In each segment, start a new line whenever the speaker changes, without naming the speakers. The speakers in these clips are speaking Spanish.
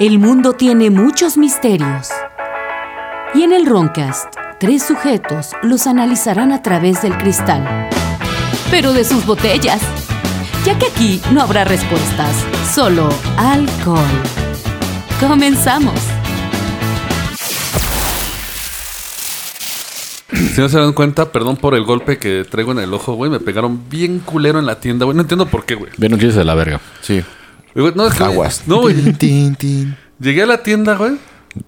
El mundo tiene muchos misterios. Y en el Roncast, tres sujetos los analizarán a través del cristal. Pero de sus botellas. Ya que aquí no habrá respuestas, solo alcohol. Comenzamos.
Si no se dan cuenta, perdón por el golpe que traigo en el ojo, güey. Me pegaron bien culero en la tienda, güey. No entiendo por qué, güey.
Bien, no quieres de la verga.
Sí.
Güey, No, es que-
Aguas.
No, güey.
Tin, tin.
Llegué a la tienda, güey.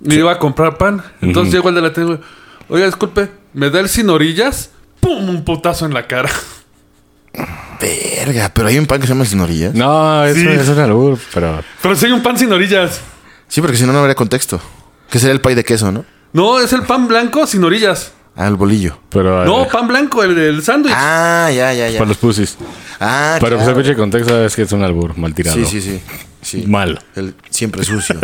Me iba a comprar pan. Entonces llego al de la tienda, güey. Oiga, disculpe, ¿me da el sin orillas? ¡Pum! Un putazo en la cara.
Verga, pero hay un pan que se llama sin orillas.
No, eso
Sí.
es un albur, pero.
Pero si hay un pan sin orillas.
Sí, porque si no, no habría contexto. Que sería el pay de queso, ¿no?
No, es el pan blanco sin orillas.
Ah, el bolillo.
pero
No,
eh,
pan blanco, el del sándwich.
Ah, ya, ya, ya.
para los pussies.
Ah,
Pero pues el
claro.
pinche contexto es que es un albur mal tirado.
Sí, sí, sí. sí.
Mal.
El siempre sucio.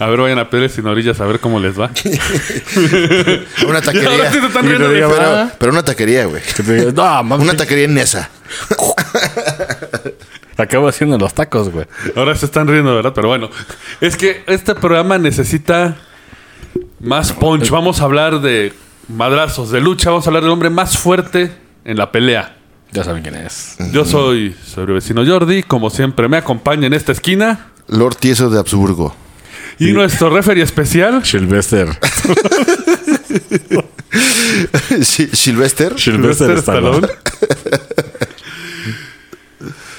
A ver, vayan a pedir el sin orillas, a ver cómo les va.
Una
Y ahora
taquería.
sí se están
Y
riendo
te
de
digo,
mí.
Pero, pero una taquería, güey.
Que te digas, no, mami,
Una taquería en esa.
te acabo haciendo los tacos, güey.
Ahora se están riendo, ¿verdad? Pero bueno, es que este programa necesita más punch. Vamos a hablar de madrazos, de lucha. Vamos a hablar del hombre más fuerte en la pelea.
Ya saben quién es.
Yo soy sobrevecino Jordi, como siempre me acompaña en esta esquina.
Lord Tieso de Habsburgo.
Y nuestro referee especial,
Sylvester.
Sí, Sylvester.
Sylvester
Sylvester
Stallone.
Stallone.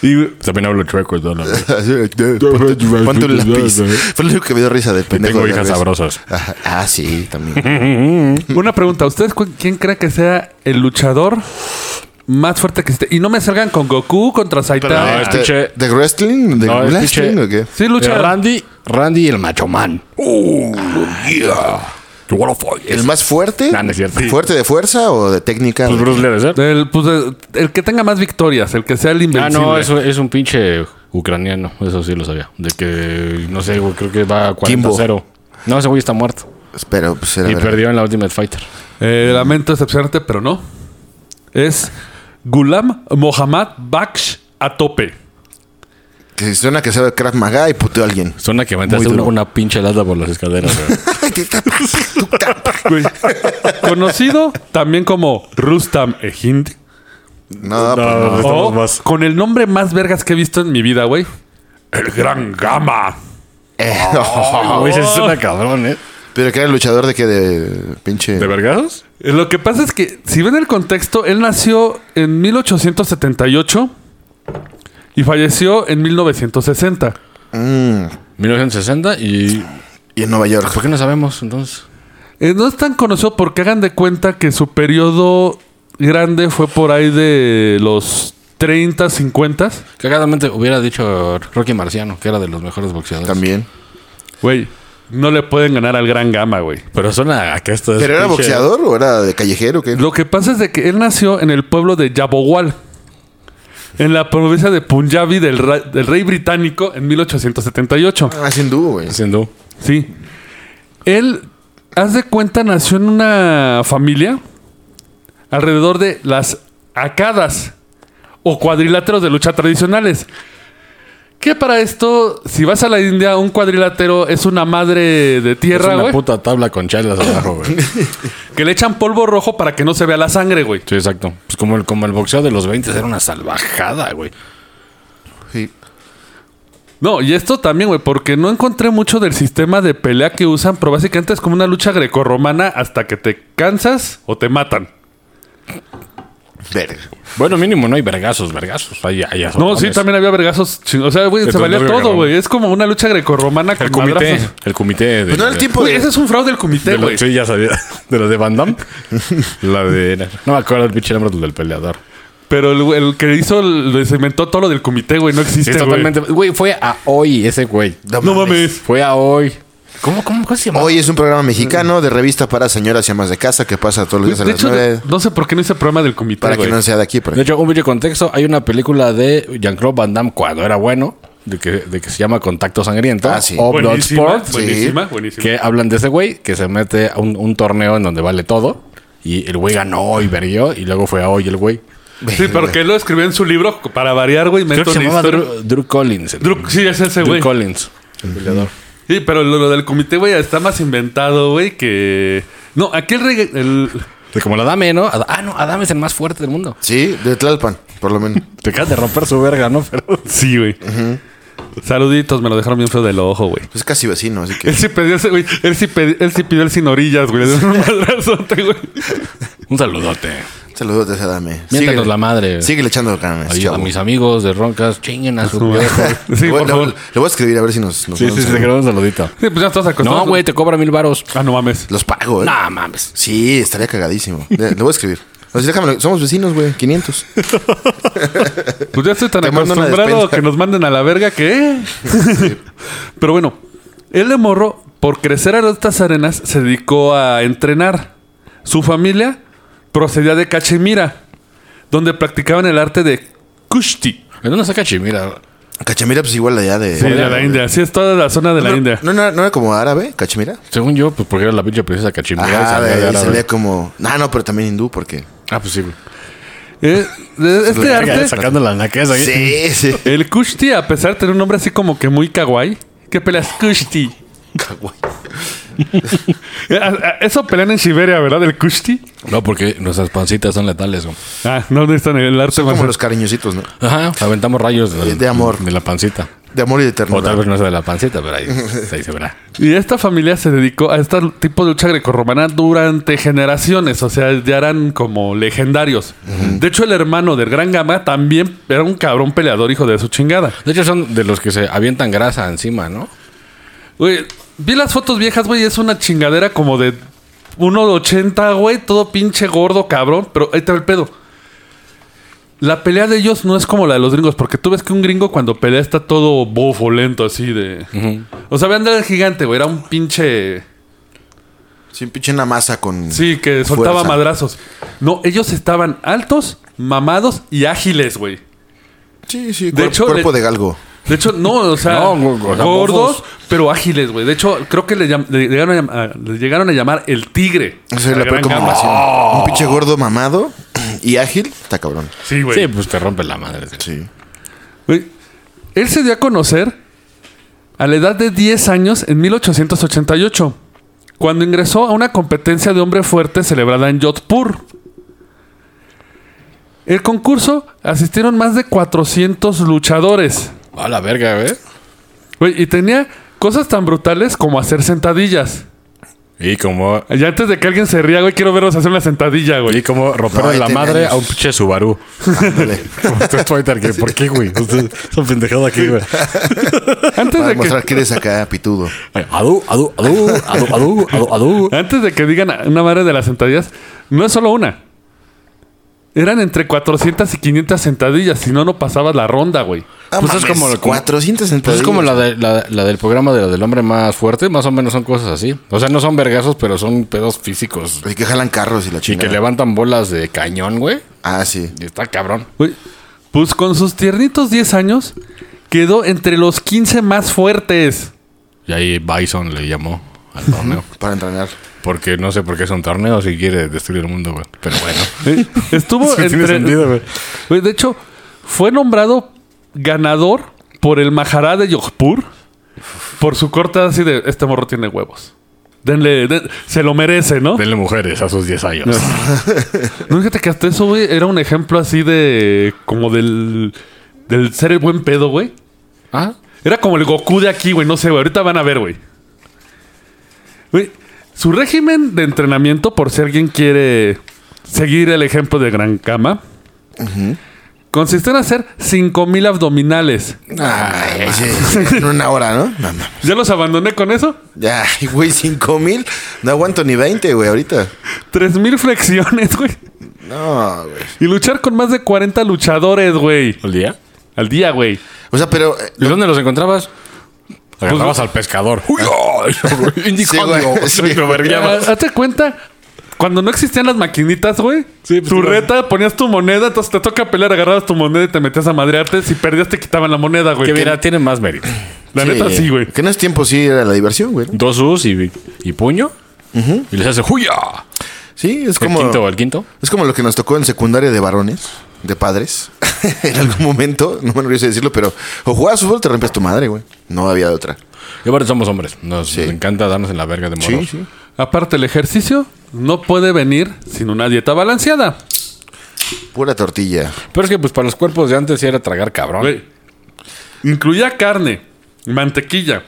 Y
También hablo chueco y todo lo demás.
Ponte ponte un lápiz. Fue lo único que me dio risa del pendejo.
Tengo
de la
hijas
vez.
sabrosas.
Ajá. Ah, sí, también.
una pregunta, ¿ustedes cu- quién cree que sea el luchador más fuerte que existe? Y no me salgan con Goku contra
No,
Saitama.
es pinche-
Eh, ¿De, de wrestling? ¿De
No, es
wrestling
pinche-
o qué?
Sí, lucha.
Eh, Randy, Randy el macho man. Oh, yeah. You wanna fight.
¿El más fuerte?
No, no es cierto.
¿Fuerte de fuerza o de técnica?
Pues Bruce Lee ha de ser.
El, pues, el- el que tenga más victorias, el que sea el
Ah,
invencible.
no, eso es un pinche ucraniano. Eso sí lo sabía. De que, no sé, güey, creo que va a
Kimbo.
40-0. No, ese güey está muerto.
Espera, pues era
Y
verdad.
perdió en la Ultimate Fighter.
Eh, lamento decepcionarte, pero no. Es Gulam Mohammad Baksh a tope.
Que suena que sabe Krav Maga y puteó a alguien.
Suena que aventaste
Muy
una,
duro.
una pinche lata por las escaleras, güey.
Güey. Conocido también como Rustam Ehind.
No,
No, pues no.
no,
O
estamos más.
con el nombre más vergas que he visto en mi vida, güey. El Gran Gama.
Eh, no.
Ah, güey, se suena cabrón, ¿eh?
Pero que era el luchador de que de pinche.
¿De vergados?
Eh, Lo que pasa es que, si ven el contexto, él nació en 1878 y falleció en 1960.
1960 y... pues,
y en Nueva
¿Por
York.
qué no sabemos, entonces?
Eh, no es tan conocido porque hagan de cuenta que su periodo grande fue por ahí de los 30, 50.
Cagadamente hubiera dicho Rocky Marciano, que era de los mejores boxeadores.
También.
Güey, no le pueden ganar al Gran Gama, güey.
Pero suena a que esto es...
¿Pero era
pinche-
boxeador o era de callejero? ¿Qué?
Lo que pasa es de que él nació en el pueblo de Yabowal, en la provincia de Punjabi del, ra- del rey británico en 1878.
Ah, es hindú, güey.
Siendo...
Sí. Él, haz de cuenta, nació en una familia alrededor de las acadas o cuadriláteros de lucha tradicionales. Que para esto, si vas a la India, un cuadrilátero es una madre de
Es
tierra,
una
güey.
puta tabla con chelas abajo, güey.
Que le echan polvo rojo para que no se vea la sangre, güey.
Sí, exacto. Pues como el, como el boxeo de los 20 era una salvajada, güey.
Sí.
No, y esto también, güey, porque no encontré mucho del sistema de pelea que usan, pero básicamente es como una lucha grecorromana hasta que te cansas o te matan.
Verga.
Bueno, mínimo no hay vergazos, vergazos. Hay, hay
No,
azotones.
sí, también había vergazos. ching- O sea, güey, se
Entonces,
valía
no había
todo,
cabrón.
güey. Es como una lucha grecorromana
El
con
comité.
madrazos.
El comité de.
Pues no era el tiempo
Güey,
de.
ese es un fraude del comité,
de este los-
güey.
sí, ya sabía. De los de Van Damme. La de. No me acuerdo el pinche nombre del peleador.
Pero el, el que hizo, el- lo- se inventó todo lo del comité, güey. No existe,
Es
güey.
totalmente. Este Güey, fue a hoy ese güey.
No mames.
Fue a hoy. ¿Cómo, cómo, cómo se llama?
Hoy es un programa mexicano de revista para señoras y amas de casa que pasa todos los días a
De
las
hecho,
nueve.
no sé por qué no hice programa del comité,
Para que
güey.
no sea de aquí, pero.
De hecho, un pinche contexto. Hay una película de Jean-Claude Van Damme cuando era bueno. De que, de que se llama Contacto Sangriento.
Ah, sí.
O
Buenísima,
Bloodsport.
buenísima,
sí.
buenísima.
que hablan de ese güey que se mete a un, un torneo en donde vale todo y el güey ganó y perdió y luego fue a hoy el güey.
Sí, pero que él lo escribió en su libro para variar, güey.
Creo que
inventó
se
una
llamaba
historia.
Drew, Drew Collins. el-
Drew- sí, es ese,
Drew
Este güey.
Collins.
El peleador.
Sí, pero lo, lo del comité, güey, está más inventado, güey, que... No, aquel reggae... El...
De como la Adame, ¿no? Ad- ah, no, Adame es el más fuerte del mundo.
Sí, de Tlalpan, por lo menos.
Te acabas de romper su verga, ¿no? Pero
Sí, güey. Saluditos, me lo dejaron bien feo del ojo, güey.
Pues Es casi vecino, así que.
Él sí pidió ese, güey. Él sí, pe- él sí pidió el sin orillas, güey. Le dieron un madrazote, güey.
un saludote.
Saludos de Sadame.
Miéntanos la madre.
Sigue echando ganas,
Ahí
chavo.
a mis amigos de Roncas, chinguen a su viejo.
Sí,
Bueno,
por
le,
favor.
le voy a escribir a ver si nos. nos
Sí,
nos-
sí, sí, te quedó un saludito.
Sí, pues ya estás acostado.
No, güey, te cobra mil varos.
Ah, no mames.
Los pago, ¿eh?
No mames.
Sí, estaría cagadísimo. Le, le voy a escribir. O sea, déjamelo. Somos vecinos, güey. 500.
Pues ya estoy tan
Te mando una
acostumbrado
despensa.
que nos manden a la verga que. Pero bueno, él de morro, por crecer a estas arenas, se dedicó a entrenar. Su familia procedía de Cachemira, donde practicaban el arte de Kushti.
¿De dónde saca Chimira?
Cachemira, pues igual allá de.
Sí, de la India. Sí, es toda la zona de la
No,
India.
No, no, no era como árabe, Cachemira.
Según yo, pues porque era la pinche princesa Cachimira. y
Ah,
salía
de-
de
y se
árabe.
veía como. Ah, no, pero también hindú, porque.
Ah, pues sí, güey.
Eh, de- este
Verga,
arte
Sacando la naqueza ahí.
Sí, sí.
El Kushti, a pesar de tener un nombre así como que muy kawaii, ¿qué peleas Kushti? Eh, ah, ah, Eso pelean en Siberia, ¿verdad? El Kushti.
No, porque nuestras pancitas son letales, güey.
Ah, no necesitan el arte
Son
más.
como los cariñositos, ¿no?
Ajá, aventamos rayos del-
De amor.
De la pancita.
De amor y de
O tal
ternura.
vez no sea de la pancita, pero ahí, ahí se verá.
Y esta familia se dedicó a este tipo de lucha grecorromana durante generaciones. O sea, ya eran como legendarios. De hecho, el hermano del Gran Gama también era un cabrón peleador, hijo de su chingada.
De hecho, son de los que se avientan grasa encima, ¿no?
Güey, vi las fotos viejas, güey, es una chingadera como de 1,80, güey, todo pinche gordo, cabrón, pero ahí te va el pedo. La pelea de ellos no es como la de los gringos, porque tú ves que un gringo cuando pelea está todo bofo, lento, así de... O sea, vean del gigante, güey, era un pinche...
Sí, pinche una masa con.
Sí, que soltaba
fuerza.
madrazos. No, ellos estaban altos, mamados y ágiles, güey.
Sí, sí,
De
cuerpo,
hecho,
cuerpo
le-
de galgo.
De hecho, no, o sea,
No, go- go-
gordos,
gambofos.
pero ágiles, güey. De hecho, creo que le, llam- le llegaron, a llam- a, le llegaron a llamar el tigre.
Esa es
Al
la
gran
peor combinación.
Gama. Oh.
Un pinche gordo mamado y ágil. Está cabrón.
Sí, güey.
Sí, pues te rompe la madre.
Sí.
Güey, Él se dio a conocer a la edad de 10 años en 1888, cuando ingresó a una competencia de hombre fuerte celebrada en Jodhpur. El concurso asistieron más de 400 luchadores.
A la verga, güey.
Güey, y tenía cosas tan brutales como hacer sentadillas.
Y como,
Y antes de que alguien se ría, güey, quiero verlos hacer una sentadilla,
y
güey.
como romper
No, ahí
la
tenía
madre
años.
a un pinche Subaru.
Ándale.
Como este Twitter, que, ¿Por qué, güey? Ustedes Son pendejados aquí, güey.
Antes
Para
de,
mostrar
que,
que eres acá pitudo.
Ay, Adu, adu, adu, adu, adu, adu, adu.
antes de que digan una madre de las sentadillas, no es solo una. Eran entre 400 y 500 sentadillas, si no, no pasabas la ronda, güey.
Pues es como- como-
400
Pues
sentadillas.
es como la, de- la- la del programa de- del hombre más fuerte, más o menos son cosas así. O sea, no son vergazos, pero son pedos físicos.
Y que jalan carros y la
Y que
chingada.
levantan bolas de cañón, güey.
Ah, sí.
Y está cabrón.
Güey, Pues con sus tiernitos 10 años, quedó entre los 15 más fuertes.
Y ahí Bison le llamó al torneo.
Para entrenar.
Porque no sé por qué es un torneo si quiere destruir el mundo, güey. Pero bueno.
Eh, Estuvo
Sí, tiene
entre-
sentido, güey.
Güey, De hecho, fue nombrado ganador por el Mahará de Yogpur por su corta así de este morro tiene huevos. Denle, den- se lo merece, ¿no?
Denle mujeres a sus 10 años.
No, fíjate que hasta eso, güey, era un ejemplo así de como del del ser el buen pedo, güey.
¿Ah?
Era como el Goku de aquí, güey. No sé, güey. Ahorita van a ver, güey. Güey, su régimen de entrenamiento, por si alguien quiere seguir el ejemplo de Gran Kama, consistía en hacer 5000 abdominales. Ah,
Ay, sí, en una hora, ¿no? No, no.
¿Ya los abandoné con eso?
Ya, güey, 5 mil. No aguanto ni 20, güey, ahorita.
3000 flexiones, güey.
No, güey.
Y luchar con más de 40 luchadores, güey.
¿El día?
Al día, güey.
O sea, pero. eh,
¿Y dónde los encontrabas? Agarrabas al pescador. ¡Uy! ay, Indicando.
Sí, güey.
Sí,
Sí.
lo vergueabas.
Ah, Hazte cuenta, cuando no existían las maquinitas, güey, tu reta, ponías tu moneda, entonces te toca pelear, agarrabas tu moneda y te metías a madrearte. Si perdías, te quitaban la moneda, güey.
Que
Que-
mira, tiene más mérito.
La neta, sí, güey.
Que en esos tiempos sí era la diversión, güey. ¿no?
Dos us y, y puño. Y les hace ¡Juya!
Sí, es
El
como.
quinto, el quinto.
Es como lo que nos tocó en secundaria de varones, de padres. en algún momento, no me orgulloso de decirlo, pero o jugabas fútbol o te rompías tu madre, güey. No había de otra.
Y aparte somos hombres. Nos
Sí.
encanta darnos en la verga de moros.
Sí, sí.
Aparte, el ejercicio no puede venir sin una dieta balanceada.
Pura tortilla.
Pero es que pues para los cuerpos de antes sí era tragar cabrón.
Güey, Incluía carne, mantequilla,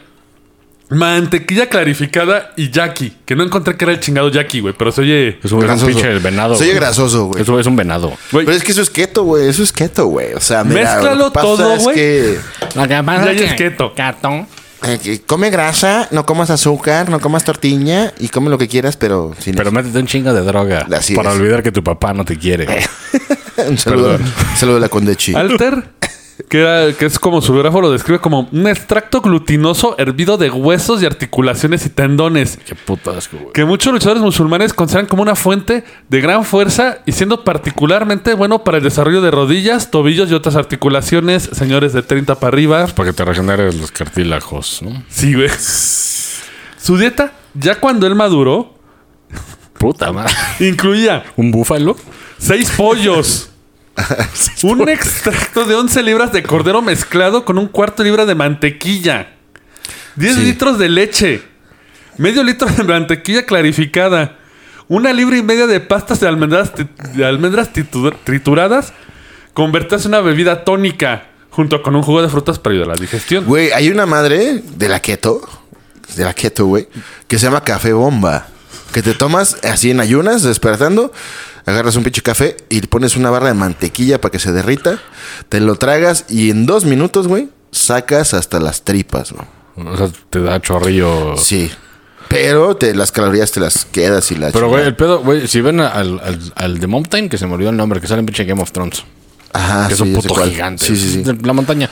mantequilla clarificada y yaqui. Que no encontré que era el chingado yaqui, güey. Pero se oye.
Es un gran
Grasoso.
pinche venado.
Soy
güey.
grasoso, güey.
Eso es un venado.
güey,
Pero es que eso es keto, güey. Eso es keto, güey. O sea, mira,
Mézclalo
lo que pasa
todo,
es
güey.
que,
Ya es que- keto.
Cartón.
eh, que come grasa, no comas azúcar, no comas tortilla y come lo que quieras, pero sin
Pero métete un chingo de droga.
Así
para
es. Eh.
olvidar que tu papá no te quiere.
un saludo, un saludo a la Condechi.
Alter, que, era- que es como su biógrafo lo describe como un extracto glutinoso hervido de huesos y articulaciones y tendones.
Qué puto asco, güey.
Que muchos luchadores musulmanes consideran como una fuente de gran fuerza y siendo particularmente bueno para el desarrollo de rodillas, tobillos y otras articulaciones, señores de 30 para arriba.
Para que te regeneres los cartílagos, ¿no?
Sí, güey. Su dieta, ya cuando él maduró,
Puta madre.
incluía
¿Un búfalo?
seis pollos, un extracto de 11 libras de cordero mezclado con un cuarto libra de mantequilla, 10 litros de leche, medio litro de mantequilla clarificada, una libra y media de pastas de almendras, ti- de almendras titu- trituradas, convertirse en una bebida tónica junto con un jugo de frutas para ayudar a la digestión.
Güey, hay una madre de la keto, de la keto, güey, que se llama café bomba. Que te tomas así en ayunas, despertando, agarras un pinche café y le pones una barra de mantequilla para que se derrita, te lo tragas y en dos minutos, güey, sacas hasta las tripas, güey.
O sea, te da chorrillo.
Sí. Pero te, las calorías te las quedas y la
Pero, güey,
chingada.
el pedo, güey, si ven al, al, al de Mountain, que se me olvidó el nombre, que sale en pinche Game of Thrones.
Ajá,
que es
sí,
un
ya sé
puto
cuál.
gigante.
Sí, sí, sí.
De La montaña.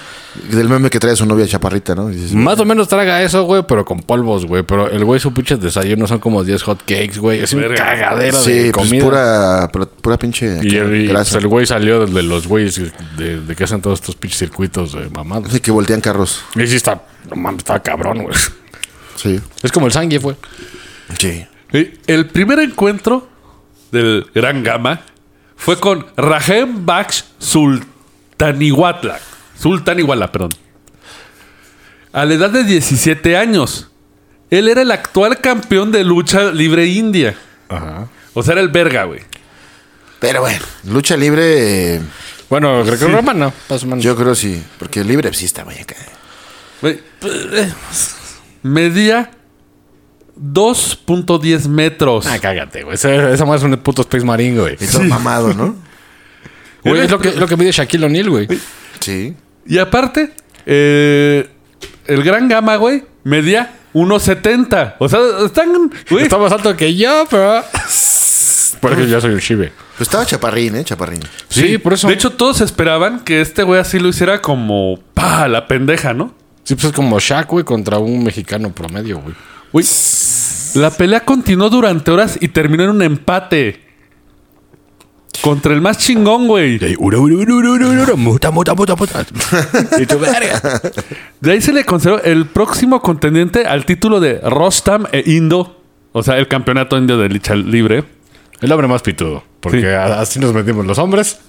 Del meme que trae su novia chaparrita, ¿no? Y dices,
Más o menos traga eso, güey, pero con polvos, güey. Pero el güey, su pinche desayuno son como 10 hot cakes, güey. Es un
Verga.
cagadero
Sí,
de
pues
comida.
pura, pura, pura pinche
Y, y, pues,
grasa.
el güey salió de los güeyes de, de que hacen todos estos pinches circuitos de mamados.
Sí, que voltean carros.
Y sí está, no mames, está cabrón, güey.
Sí.
Es como el sangue, güey.
Sí.
Eh, El primer encuentro del Gran Gama fue con Rajem Baksh Sultaniwatla. Sultaniwala, perdón. A la edad de 17 años. Él era el actual campeón de lucha libre india.
Ajá.
O sea, era el verga, güey.
Pero bueno, lucha libre, eh,
Bueno, creo que
Sí.
Roma no. Más o menos.
yo creo sí. Porque libre sí está, güey, acá.
Güey, Medía 2.10 metros.
Ah, cágate, güey. Esa, esa madre es un puto Space Marine, güey.
Y todo mamado, ¿no?
Güey, es lo que, lo que mide Shaquille O'Neal, güey.
Sí.
Y aparte, eh, el gran gama, güey, medía 1.70. O sea, están, güey.
Está más alto que yo, pero... Porque yo soy un chive.
Pues estaba chaparrín, ¿eh? Chaparrín.
Sí, por eso.
De hecho, todos esperaban que este güey así lo hiciera como, pa, la pendeja, ¿no?
sí, pues es como Shaq, güey, contra un mexicano promedio, güey.
Güey, la pelea continuó durante horas y terminó en un empate. Contra el más chingón, güey.
Y tu verga.
De ahí se le consideró el próximo contendiente al título de Rostam e Indo. O sea, el campeonato indio de lucha libre.
El hombre más pitudo. Porque
Sí.
a- así nos metimos los hombres.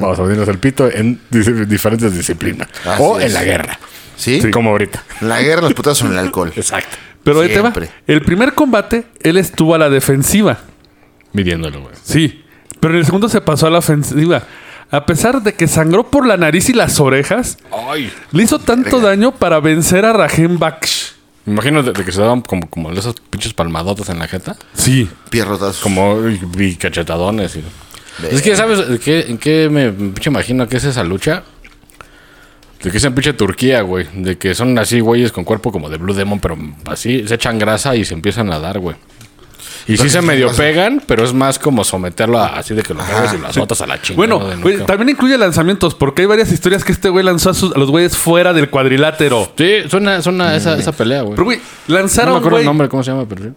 Vamos a meternos el pito en dis- diferentes disciplinas.
Así
o en
es.
la guerra.
¿Sí?
Sí, Como ahorita.
En la guerra los putas son el alcohol.
Exacto.
Pero ahí te
Siempre.
va. El primer combate, él estuvo a la defensiva.
Midiéndolo, güey.
Sí. Pero en el segundo se pasó a la ofensiva. A pesar de que sangró por la nariz y las orejas,
Ay.
le hizo tanto daño para vencer a Rajem Baksh.
Me imagino de, de que se daban como, como esos pinches palmadotas en la jeta.
Sí.
Pierrotazos.
Como y, y cachetadones. y-
Ve.
Es que, ¿sabes de qué, en qué me pinche imagino que es esa lucha? De que es en pinche Turquía, güey. De que son así, güeyes con cuerpo como de Blue Demon, pero así se echan grasa y se empiezan a dar, güey. Y sí se medio pegan, pero es más como someterlo a- así de que lo mueves y lo azotas a la chingada.
Ah, Bueno,
de
güey,
nunca.
también incluye lanzamientos, porque hay varias historias que este güey lanzó a, sus- a los güeyes fuera del cuadrilátero.
Sí, suena, suena esa, esa pelea, güey.
Pero, güey, lanzar
No me
a un
acuerdo
Mm. güey.
el nombre, cómo se llama, pero sí.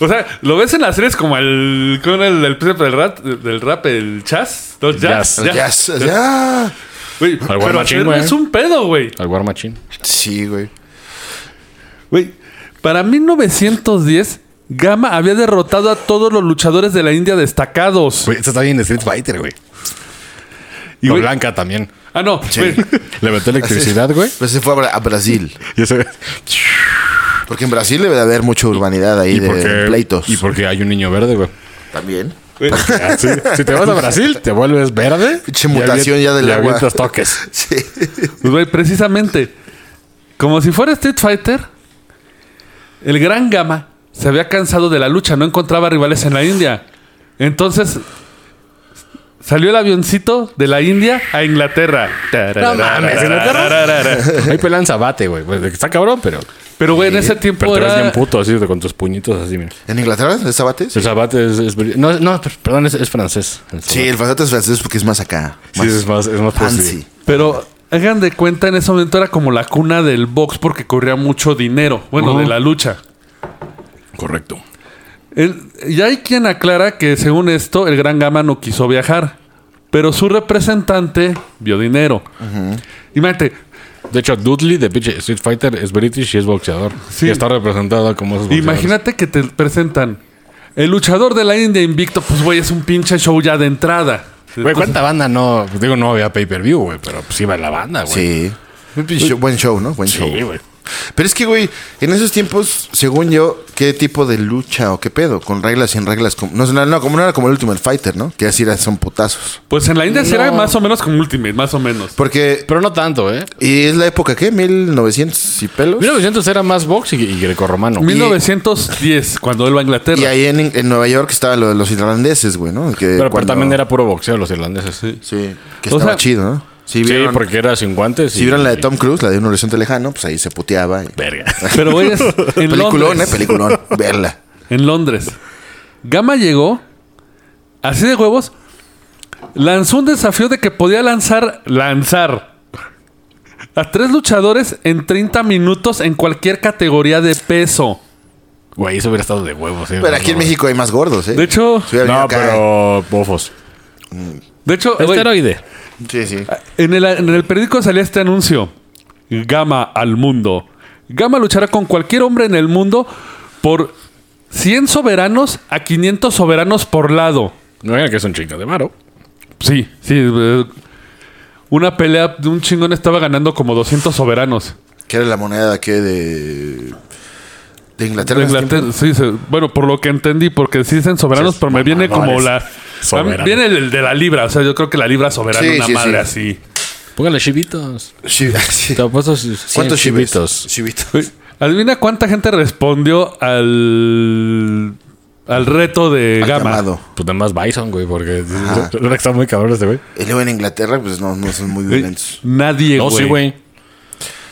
O sea, lo ves en las series como el. con el, el príncipe del rap, del rap, el chas. Los jazz.
Jazz.
El jazz. Ya.
Güey,
Al
pero
guamachín,
hacerlo
güey.
es un pedo, güey.
Al War Machine.
Sí, güey.
Güey, para 1910, Gama había derrotado a todos los luchadores de la India destacados.
Güey, esto está bien de Street Fighter, güey.
Y Y,
O
güey-
blanca también.
Ah, no. güey.
Le metió electricidad, güey.
Pues se fue a, Bra- a Brasil.
Y eso es-
Porque en Brasil debe de haber mucha urbanidad ahí
¿Y
de
porque-
pleitos.
Y porque hay un niño verde, güey.
También.
Ah, sí. Si te vas a Brasil, te vuelves verde.
Pinche
y
mutación
avient-
ya del
y
agua.
avientas toques.
Sí.
Pues, güey, precisamente. Como si fuera Street Fighter, el gran Gama se había cansado de la lucha, no encontraba rivales en la India. Entonces, salió el avioncito de la India a Inglaterra.
No mames, Ahí pelan zabate, güey. Pues, de que Está cabrón, pero.
Pero, güey, en ese
Pero
tiempo
te ves
era.
bien puto, así, de- con tus puñitos así, mira.
¿En Inglaterra? ¿El sabate? Sí,
El sabate es. es bri- no, no, per- perdón, es, es francés. El
Sí, el sabate es francés porque es más acá.
Pues Sí, es más, es más
fancy.
Pero hagan de cuenta, en ese momento era como la cuna del box porque corría mucho dinero. Bueno, de la lucha.
Correcto.
El- y hay quien aclara que según esto, el Gran Gama no quiso viajar. Pero su representante vio dinero. Imagínate,
Pues
De hecho, Dudley de pinche Street Fighter es british y es boxeador.
Sí.
Y está representado como esos boxeadores.
imagínate que te presentan el luchador de la India invicto. Pues, güey, es un pinche show ya de entrada.
Güey, ¿cuánta banda no? Digo, no había pay-per-view, güey, pero pues iba la banda, güey.
Sí. Show- Buen show, ¿no? Buen show.
Sí, güey.
Pero es que, güey, en esos tiempos, según yo, ¿qué tipo de lucha o qué pedo? Con reglas, sin reglas. con- No, no, no, como no era como el Ultimate Fighter, ¿no? Que así era, son putazos.
Pues en la India sí
No.
era más o menos como Ultimate, más o menos.
Porque...
Pero no tanto, ¿eh?
¿Y es la época qué? ¿1900 y pelos?
1900 era más box y, y grecorromano.
1910, cuando él va a Inglaterra.
Y ahí en, en Nueva York estaba lo de los irlandeses, güey, ¿no? Que
Pero, pero
cuando-
también era puro boxeo los irlandeses. Sí,
Sí, que
O
estaba
sea-
chido, ¿no? Si
sí
vieron,
porque era sin guantes.
si
y-
vieron la de
y-
Tom Cruise, la de un horizonte lejano, pues ahí se puteaba. y-
Verga.
Pero, güey, es en
Peliculón, ¿eh?
Londres.
Peliculón. Verla.
En Londres. Gama llegó, así de huevos, lanzó un desafío de que podía lanzar, lanzar a tres luchadores en 30 minutos en cualquier categoría de peso.
Güey, eso hubiera estado de huevos. ¿eh?
Pero aquí en
No,
México hay más gordos, ¿eh?
De hecho,
Sí, había
No,
acá-
pero bofos.
de hecho, güey,
Esteroide.
Sí, sí.
en, el, en el periódico salía este anuncio. Gama al mundo. Gama luchará con cualquier hombre en el mundo por 100 soberanos a 500 soberanos por lado.
No era que es un chingo de maro.
Sí, sí. eh, Una pelea de un chingón estaba ganando como 200 soberanos.
Que era la moneda que de... De Inglaterra.
De
en ese
Inglaterra, sí, se- bueno, por lo que entendí, porque sí dicen soberanos,
Sí,
pero me viene como
mamadores.
la...
Soberano.
Viene el, el de la libra, o sea, yo creo que la libra soberana,
Sí,
una
sí,
madre
Póngale chivitos.
tiempo. Sí, sí.
Te apuesto cien
¿Cuántos chivitos?
chivitos.
Chivitos.
así. Adivina cuánta gente respondió al... Al reto de
Al
Gama.
llamado.
Pues nada más Bison, güey, porque ahora que está muy cabrón este güey.
Y luego en Inglaterra, pues no, no son muy
Eh,
violentos.
Nadie,
No,
güey.
sí, güey.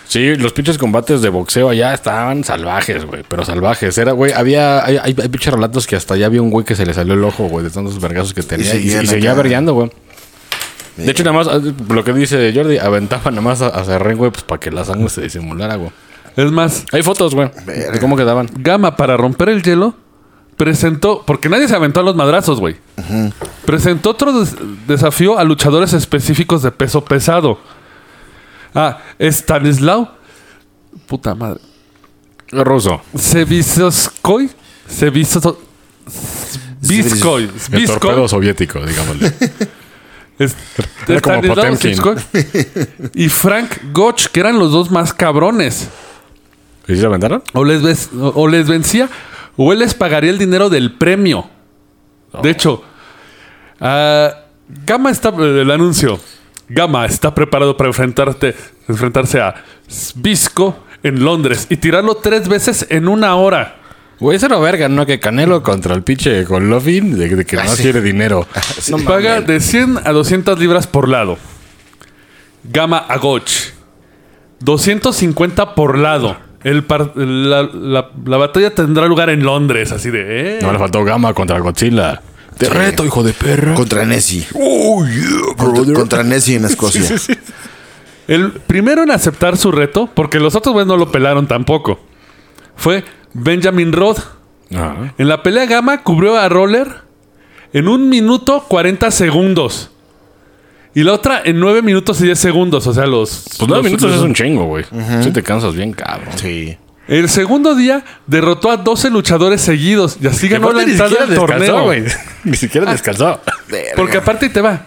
Sí, los pinches combates de boxeo allá estaban salvajes, güey. Pero salvajes. Era, güey, había... Hay, hay, hay pinches relatos que hasta allá había un güey que se le salió el ojo, güey, de tantos vergazos que tenía. Y,
seguían
y seguía
acá.
vergueando, güey. De hecho, nada más, ah, lo que dice Jordi, aventaba nada más a, a Serrín, güey, pues para que la sangre se disimulara, güey.
Es más,
Hay fotos, güey,
Verga.
de cómo quedaban.
Gama para romper el hielo presentó, porque nadie se aventó a los madrazos, güey. Presentó otro des- desafío a luchadores específicos de peso pesado. Ah, Stanislaw. Puta madre.
Ruso.
Sevisoskoy. Sevisoskoy. Biscoy.
El torpedo
Biscoy.
soviético, digámosle.
Es-
Era como
Stanislaw
Potemkin.
Seviskoy. Y Frank Gotch, que eran los dos más cabrones.
¿Y si la aventaron?
O les, ves- o- o les vencía o él les pagaría el dinero del premio. De hecho, ah, Gama está... eh, El anuncio. Gama está preparado para enfrentarte, enfrentarse a Svisco en Londres y tirarlo tres veces en una hora.
Güey, eso era verga, ¿no? Que Canelo contra el pinche con Lovin, de, de que no
Ah, sí.
quiere dinero. No
Paga
mames.
de 100 a 200 libras por lado. Gama a Gotch. 250 por lado. El par- la, la- la batalla tendrá lugar en Londres, así de... eh.
No le faltó Gama contra Godzilla. Te reto, hijo de perra.
Contra Nessie.
Oh, yeah,
Contra,
brother.
contra Nessie en Escocia.
El primero en aceptar su reto, porque los otros güeyes no lo pelaron tampoco, fue Benjamin Roth.
Ajá.
En la pelea gama cubrió a Roller en un minuto 40 segundos. Y la otra en 9 minutos y 10 segundos. O sea, los.
Pues nueve
los-
minutos
los-
es un chingo, güey. Si te cansas bien, cabrón.
Sí.
El segundo día derrotó a 12 luchadores seguidos. Y así ganó la entrada del torneo.
Ni siquiera descansó.
Verga.
Porque aparte ahí te va.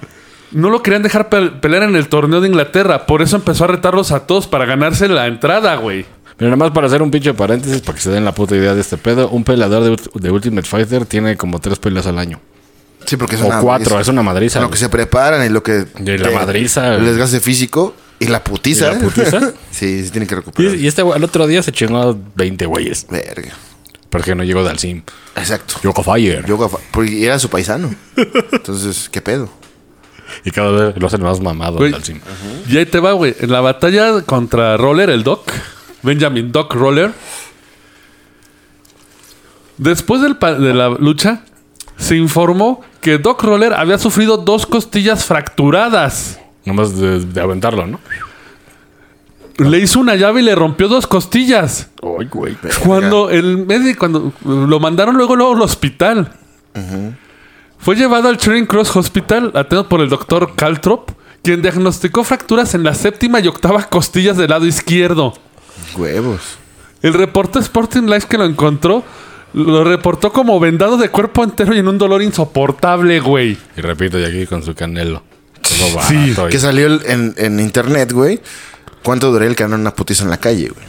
No lo querían dejar pe- pelear en el torneo de Inglaterra. Por eso empezó a retarlos a todos para ganarse la entrada, güey.
Pero nada más para hacer un pinche paréntesis, para que se den la puta idea de este pedo, un peleador de, Ult- de Ultimate Fighter tiene como tres peleas al año.
Sí, porque es
o
una
cuatro, es una madriza.
Lo que
güey.
se preparan y lo que.
Y la
te-
madriza.
El desgaste físico y la putiza.
¿Y la putiza?
sí, se tiene que
Y,
recuperar.
y este güey, al otro día se chingó 20 güeyes.
Verga.
Porque no llegó del sim.
Exacto.
Yoko Fire.
Yo, gafa- porque era su paisano. Entonces, ¿qué pedo?
Y cada vez lo hacen más mamado
Güey.
al sim.
Y ahí te va, güey. En la batalla contra Roller, el Doc, Benjamin Doc Roller. Después del pa- de la lucha, se informó que Doc Roller había sufrido dos costillas fracturadas.
Nomás de, de aventarlo, ¿no?
Le hizo una llave y le rompió dos costillas.
Ay, güey.
Cuando el médico, cuando lo mandaron luego, luego al hospital. Fue llevado al Charing Cross Hospital, atendido por el doctor Caltrop, quien diagnosticó fracturas en la séptima y octava costillas del lado izquierdo.
Huevos.
El reporte Sporting Life que lo encontró lo reportó como vendado de cuerpo entero y en un dolor insoportable, güey.
Y repito, y aquí con su canelo. Todo barato.
Sí,
y-
Que salió el- en, en internet, güey. ¿Cuánto duré el canal una putiza en la calle, güey?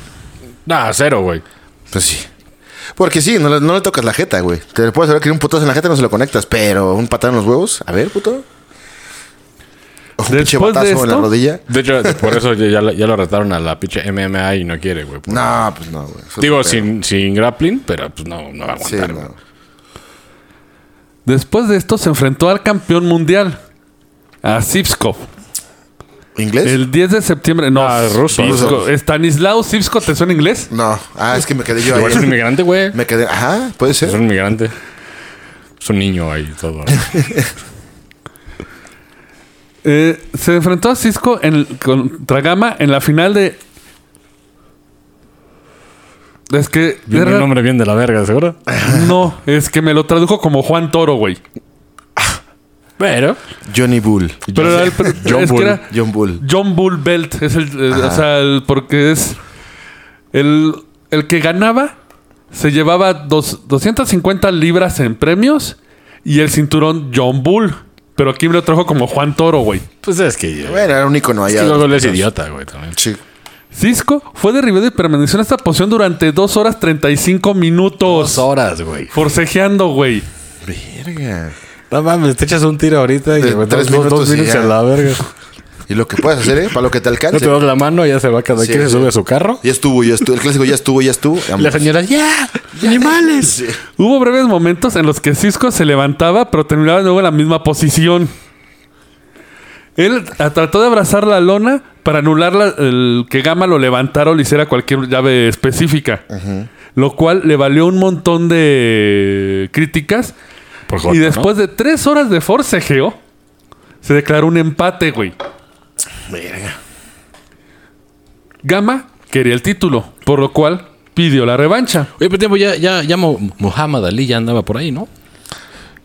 Nah, cero, güey.
Pues sí. Porque sí, no le, no le tocas la jeta, güey. Te le puedes saber que un putazo en la jeta no se lo conectas, pero un patán en los huevos. A ver, puto. O un pinche
Después de
batazo en la
esto-
rodilla.
De hecho, por eso ya, ya la- ya lo retaron a la pinche MMA y no quiere, güey.
No, pues no, güey. Eso
Digo,
es un
sin, sin grappling, pero pues no, no va a
pedo.
aguantar.
Sí,
güey.
no.
Después de esto se enfrentó al campeón mundial, a Sipskov.
¿Inglés?
El 10 de septiembre, no,
Ah, ruso.
Sipsko. Stanislao Sipskov, ¿te suena inglés?
No. Ah, es que me quedé yo
Igual Pues es un
ahí.
inmigrante, güey.
Me quedé. Ajá, puede
Es
ser.
un inmigrante. Es un niño ahí, todo.
Eh, se enfrentó a Cisco en, contra Gama en la final de... Es que...
Y un nombre bien de la verga, seguro.
No, es que me lo tradujo como Juan Toro, güey.
Pero.
Johnny Bull.
Pero era el-
John
es que
Bull.
era-
John Bull.
John Bull Belt es el, eh, o sea, el- porque es el, el que ganaba se llevaba dos- 250 libras en premios y el cinturón John Bull. Pero aquí me lo trajo como Juan Toro, güey.
Pues es que.
Bueno, era un icono allá.
es que Google es idiota, güey, también.
Sí.
Cisco fue derribado y permaneció en esta posición durante 2 horas 35 minutos.
Dos horas, güey.
Forcejeando, güey.
Verga.
No mames, te echas un tiro ahorita y
De
güey,
tres
dos- dos, dos
minutos y
minutos
ya.
a la verga.
Y lo que puedes hacer, ¿eh? Para lo que te
No
alcance.
te das la mano, ya se va cada
Sí,
quien se
sí.
sube a su carro.
Ya estuvo, ya estuvo. El clásico ya estuvo, ya estuvo.
Y la señora, ¡ya! ¡Animales!
Sí.
Hubo breves momentos en los que Cisco se levantaba, pero terminaba de nuevo en la misma posición. Él a- trató de abrazar la lona para anular la- el que Gama lo levantara o le hiciera cualquier llave específica. Lo cual le valió un montón de críticas.
Por joder,
y después de tres horas de forcejeo, se declaró un empate, güey.
Verga.
Gama quería el título, por lo cual pidió la revancha.
¿no? Oye, pero eh, tiempo, ya, ya, ya Mo- Muhammad Ali ya andaba por ahí, ¿no?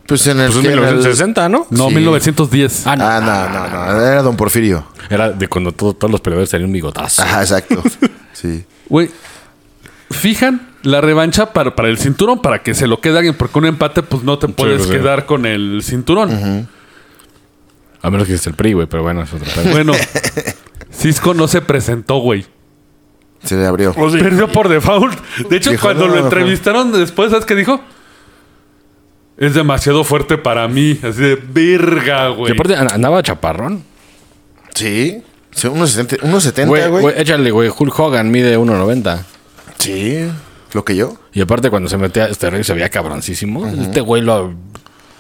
Pues en el.
Pues en
que- en el-
1960, ¿no?
No,
Sí.
1910.
Ah, no.
Ah, no, no, no. Era Don Porfirio.
Era de cuando todo- todos los peleadores tenían un bigotazo.
Ajá, exacto. Sí.
Güey, fijan la revancha para, para el cinturón para que se lo quede alguien, porque un empate, pues no te puedes
sí.
quedar con el cinturón.
A menos que es el PRI, güey, pero bueno, es otro pedo.
Bueno, Cisco no se presentó, güey.
Se le abrió.
Perdió por default. De hecho,
Dijo,
cuando
"No,
lo
no".
entrevistaron después, ¿sabes qué dijo? Es demasiado fuerte para mí. Así de verga,
Y
güey.
aparte an- andaba chaparrón.
Sí. Sí, unos 70, unos 70,
Güey,
güey.
güey, échale, güey. Hulk Hogan mide 1.90.
Sí. Lo que yo.
Y aparte, cuando se metía a este ring, se veía cabroncísimo. Este güey lo.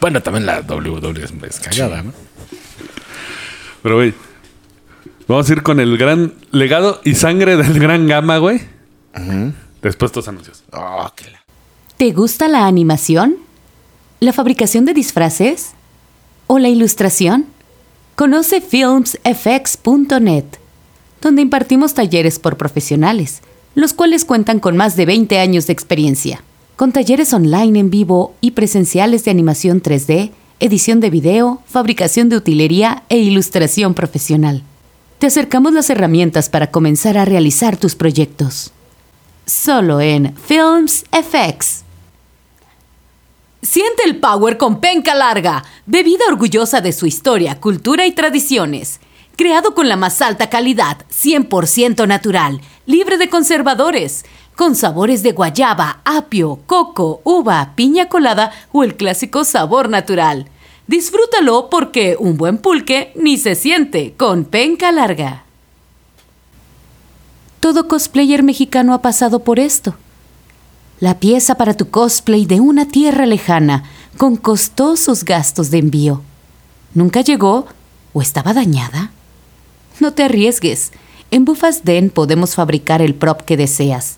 Bueno, también la WWE es- es cagada, ¿no?
Pero, güey, vamos a ir con el gran legado y sangre del gran gama, güey. Después de estos anuncios.
Ah, qué la-
¿Te gusta la animación? ¿La fabricación de disfraces? ¿O la ilustración? Conoce filmsfx.net, donde impartimos talleres por profesionales, los cuales cuentan con más de 20 años de experiencia, con talleres online en vivo y presenciales de animación 3D, edición de video, fabricación de utilería e ilustración profesional. Te acercamos las herramientas para comenzar a realizar tus proyectos solo en Films FX. Siente el power con penca larga, bebida orgullosa de su historia, cultura y tradiciones. Creado con la más alta calidad, 100% natural, libre de conservadores, con sabores de guayaba, apio, coco, uva, piña colada o el clásico sabor natural. Disfrútalo porque un buen pulque ni se siente con penca larga. Todo cosplayer mexicano ha pasado por esto. La pieza para tu cosplay de una tierra lejana, con costosos gastos de envío. ¿Nunca llegó o estaba dañada? No te arriesgues. En Bufas Den podemos fabricar el prop que deseas.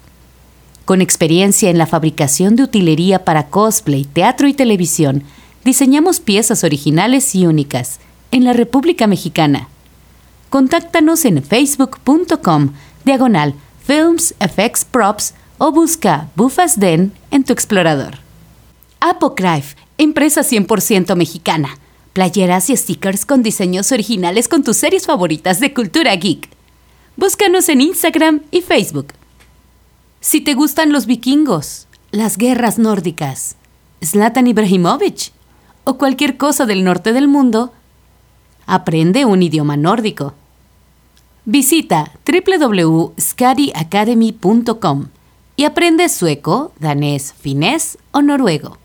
Con experiencia en la fabricación de utilería para cosplay, teatro y televisión, diseñamos piezas originales y únicas en la República Mexicana. Contáctanos en facebook.com diagonal films FX props o busca Bufas Den en tu explorador. Apocryph, empresa 100% mexicana. Playeras y stickers con diseños originales con tus series favoritas de cultura geek. Búscanos en Instagram y Facebook. Si te gustan los vikingos, las guerras nórdicas, Zlatan Ibrahimovic o cualquier cosa del norte del mundo, aprende un idioma nórdico. Visita www.skadiacademy.com y aprende sueco, danés, finés o noruego.